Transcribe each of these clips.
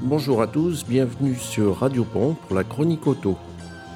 Bonjour à tous, bienvenue sur Radio Pont pour la chronique auto.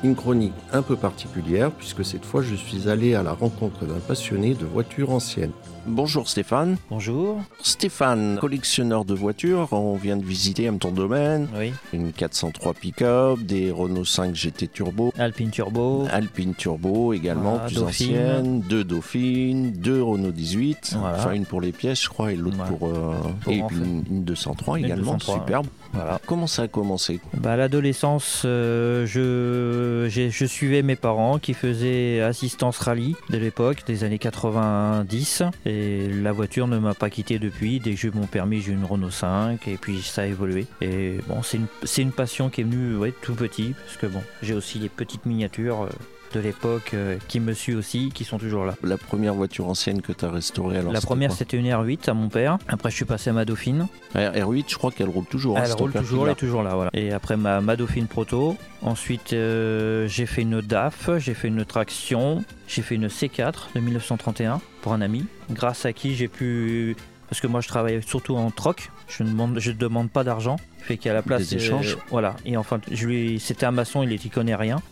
Une chronique un peu particulière puisque cette fois je suis allé à la rencontre d'un passionné de voitures anciennes. Bonjour Stéphane. Bonjour. Stéphane, collectionneur de voitures, on vient de visiter un ton domaine. Oui. Une 403 pick-up, des Renault 5 GT Turbo, Alpine Turbo. Alpine Turbo également, Voilà, plus Ah, Dauphine. ancienne, deux Dauphine, deux Renault 18, Voilà. enfin une pour les pièces je crois et l'autre Ouais. pour, euh, Pour et en puis fait. une, une 203 Une également, 203, superbe. Voilà. Comment ça a commencé Bah, à l'adolescence, euh, je, j'ai- je suivais mes parents qui faisaient assistance rallye de l'époque, des années 90. Et la voiture ne m'a pas quitté depuis. Dès que j'ai eu mon permis, j'ai eu une Renault 5 et puis ça a évolué. Et bon, c'est une, c'est une passion qui est venue ouais, tout petit, parce que bon, j'ai aussi les petites miniatures. euh, de l'époque euh, qui me suivent aussi, qui sont toujours là. La première voiture ancienne que tu as restaurée alors la c'était première quoi c'était une R8 à mon père, après je suis passé à ma Dauphine, R8, Ah, je crois qu'elle roule toujours. hein, Elle c'est ton roule père qui toujours, elle l'a. est toujours là, voilà. Et après ma, ma Dauphine Proto, ensuite euh, j'ai fait une DAF, j'ai fait une traction, j'ai fait une C4 de 1931 pour un ami, grâce à qui j'ai pu... Parce que moi je travaille surtout en troc, je ne demande, je ne demande pas d'argent, fait qu'à la place... euh, Des échanges. voilà, et enfin, je lui, c'était un maçon, il n'y connaît rien,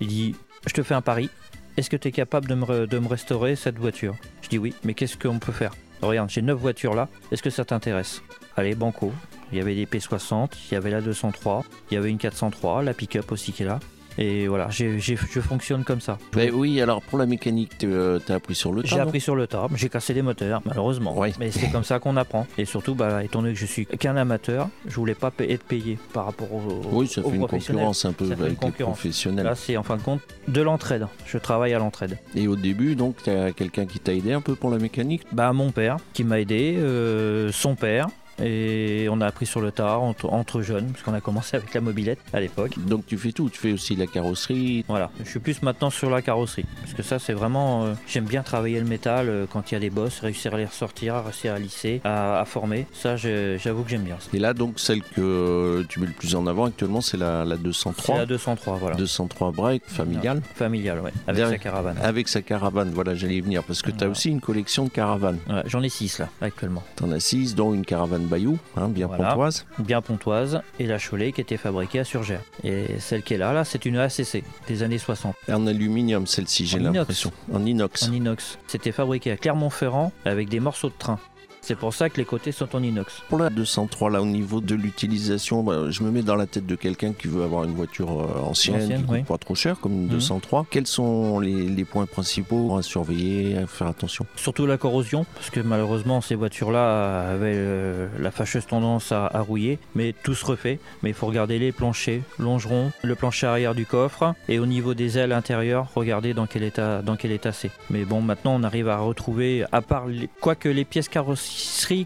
il dit, je te fais un pari, est-ce que tu es capable de me, re- de me restaurer cette voiture Je dis oui, mais qu'est-ce qu'on peut faire Regarde, j'ai 9 voitures là, est-ce que ça t'intéresse Allez, banco. Il y avait des P60, il y avait la 203, il y avait une 403, la pick-up aussi qui est là. Et voilà, j'ai- j'ai- je fonctionne comme ça. Ben oui, alors pour la mécanique, tu as appris sur le tas. J'ai non appris sur le tas, j'ai cassé des moteurs, malheureusement. Ouais. Mais c'est comme ça qu'on apprend. Et surtout, bah, étant donné que je suis qu'un amateur, je voulais pas pa- être payé par rapport aux, aux- Oui, ça aux fait une professionnels. concurrence un peu bah, Ça fait une avec les concurrence. professionnels. Là, c'est en fin de compte de l'entraide. Je travaille à l'entraide. Et au début, donc, tu as quelqu'un qui t'a aidé un peu pour la mécanique Bah, mon père qui m'a aidé, euh, son père. Et on a appris sur le tas entre, entre jeunes, parce qu'on a commencé avec la mobilette à l'époque. Donc tu fais tout, tu fais aussi la carrosserie. Voilà, je suis plus maintenant sur la carrosserie. Parce que ça, c'est vraiment. euh, J'aime bien travailler le métal euh, quand il y a des bosses, réussir à les ressortir, réussir à lisser, à, à former. Ça, je- j'avoue que j'aime bien. ça. Et là, donc, celle que euh, tu mets le plus en avant actuellement, c'est la, la C'est 203. la 203, voilà. 203 break familiale Familiale, ouais. Avec Dernier. sa caravane. avec sa caravane. Voilà, j'allais y venir parce que tu as Voilà. aussi une collection de caravanes. Voilà, J'en ai 6 là, actuellement. T'en as six, dont une caravane Bayou, hein, bien Voilà. pontoise. Bien pontoise et la Cholet qui était fabriquée à Surgère. Et celle qui est là, là, c'est une ACC des années 60. En aluminium, celle-ci, j'ai En inox. l'impression. En inox. En inox. C'était fabriqué à Clermont-Ferrand avec des morceaux de train. C'est pour ça que les côtés sont en inox. Pour la 203, là, au niveau de l'utilisation, bah, je me mets dans la tête de quelqu'un qui veut avoir une voiture euh, ancienne, Ancienne, qui coûte oui. pas trop cher, comme une Mhm. 203. Quels sont les, les points principaux à surveiller, à faire attention Surtout la corrosion, parce que malheureusement ces voitures-là avaient euh, la fâcheuse tendance à, à rouiller, mais tout se refait. Mais il faut regarder les planchers, longerons, le plancher arrière du coffre, et au niveau des ailes intérieures, regardez dans quel état dans quel état c'est. Mais bon, maintenant on arrive à retrouver, à part les- quoique les pièces carrosserie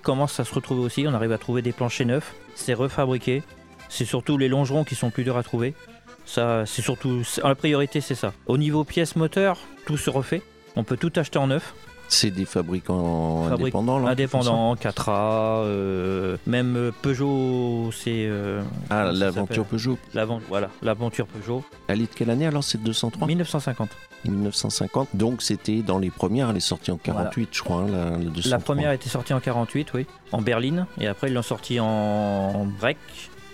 commencent à se retrouver aussi, on arrive à trouver des planchers neufs, c'est refabriqué. C'est surtout les longerons qui sont plus durs à trouver. Ça, c'est surtout c'est- la priorité, c'est ça. Au niveau pièces moteur, tout se refait. On peut tout acheter en neuf. C'est des fabricants Fabric- indépendants, là Indépendant, 4A, euh, même euh, Peugeot, c'est euh, Ah, Ça l'aventure s'appelle. Peugeot. l'avant- voilà, l'aventure Peugeot. Elle est de quelle année alors cette 203 1950. 1950. Donc c'était dans les premières, elle est sortie en 48, je crois, hein, la, la 203. La première était sortie en 48, oui, en berline, et après ils l'ont sortie en, en break,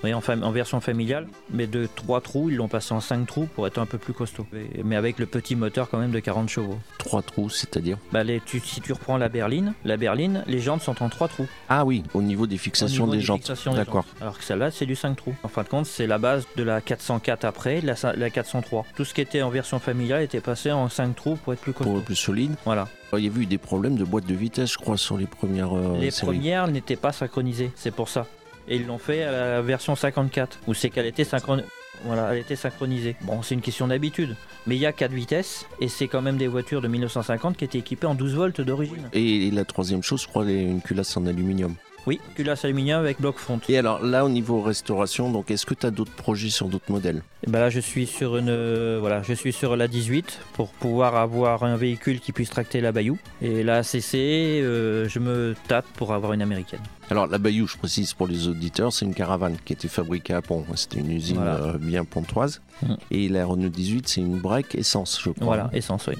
oui, en, fam- en version familiale, mais de 3 trous, ils l'ont passée en 5 trous pour être un peu plus costaud, mais- mais avec le petit moteur quand même de 40 chevaux. Trois trous, c'est-à-dire Bah, les- tu- si tu reprends la berline, la berline, les jantes sont en 3 trous. Ah oui, au niveau des fixations Au niveau des des jantes. fixations des D'accord. Alors que celle-là, c'est du 5 trous. En fin de compte, c'est la base de la 404 après, la, cin- la 403. Tout ce qui était en version familiale était passé en 5 trous pour être plus costaud. Pour le plus solide. Voilà. Alors, Il y a eu des problèmes de boîte de vitesse, je crois, sur les premières euh, Les séries. premières n'étaient pas synchronisées, c'est pour ça. Et ils l'ont fait à la version 54, où c'est qu'elle était synchronisée. Voilà, elle était synchronisée. Bon, c'est une question d'habitude. Mais il y a 4 vitesses, et c'est quand même des voitures de 1950 qui étaient équipées en 12 volts d'origine. Et, et la troisième chose, je crois, les- une culasse en aluminium. Oui, culasse aluminium avec bloc front. Et alors là, au niveau restauration, donc est-ce que tu as d'autres projets sur d'autres modèles Et ben là, je suis sur une, euh, voilà, je suis sur la 18 pour pouvoir avoir un véhicule qui puisse tracter la Bayou. Et la ACC, euh, je me tape pour avoir une américaine. Alors la Bayou, je précise pour les auditeurs, c'est une caravane qui était fabriquée à Pont. C'était une usine Voilà. euh, bien pontoise. Mhm. Et la Renault 18, c'est une break essence, je crois. Voilà, essence, oui.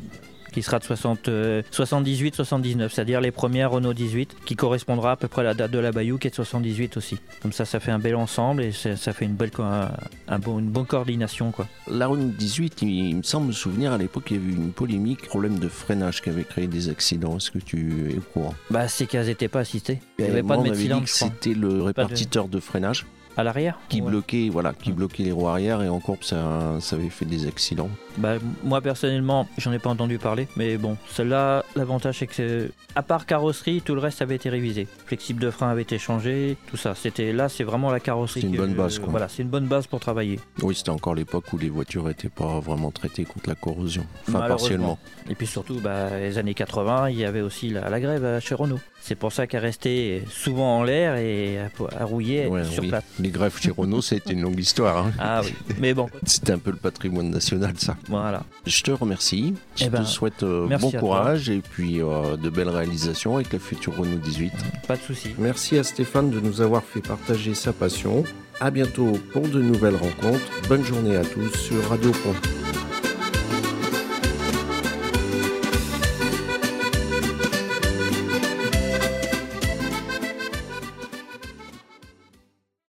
qui sera de 60, euh, 78, 79, c'est-à-dire les premières Renault 18, qui correspondra à peu près à la date de la Bayou qui est de 78 aussi. Comme ça, ça fait un bel ensemble et ça ça fait une belle, co- un, un bon- une bonne coordination, quoi. La Renault 18, il, il me semble me souvenir à l'époque, il y avait eu une polémique, problème de freinage qui avait créé des accidents. Est-ce que tu es au courant Bah, c'est qu'elles n'étaient pas assistées. Il n'y avait Moi, pas de on maître dit cylindre, que je crois. C'était le de- répartiteur de freinage À l'arrière qui Ouais. Mm. bloquait, voilà, qui Ouais. bloquait les roues arrière et en courbe, ça, ça avait fait des accidents. Bah, moi personnellement, j'en ai pas entendu parler, mais bon, celle-là, l'avantage c'est que, c'est- à part carrosserie, tout le reste avait été révisé. Flexible de frein avait été changé, tout ça. C'était là, c'est vraiment la carrosserie. C'est une que- bonne base, quoi. Voilà, c'est une bonne base pour travailler. Oui, c'était encore l'époque où les voitures n'étaient pas vraiment traitées contre la corrosion. Enfin, Malheureusement. partiellement. Et puis surtout, bah, les années 80, il y avait aussi la, la grève euh, chez Renault. C'est pour ça qu'elle restait souvent en l'air et à, à rouiller Ouais, sur oui. place. Les greffes chez Renault, c'était une longue histoire. hein. Ah oui, mais bon, C'était un peu le patrimoine national, ça. voilà. Je te remercie. Je Eh ben, te souhaite euh, merci bon à toi. courage et puis euh, de belles réalisations avec la future Renault 18. Pas de souci. Merci à Stéphane de nous avoir fait partager sa passion. À bientôt pour de nouvelles rencontres. Bonne journée à tous sur Radio Pont.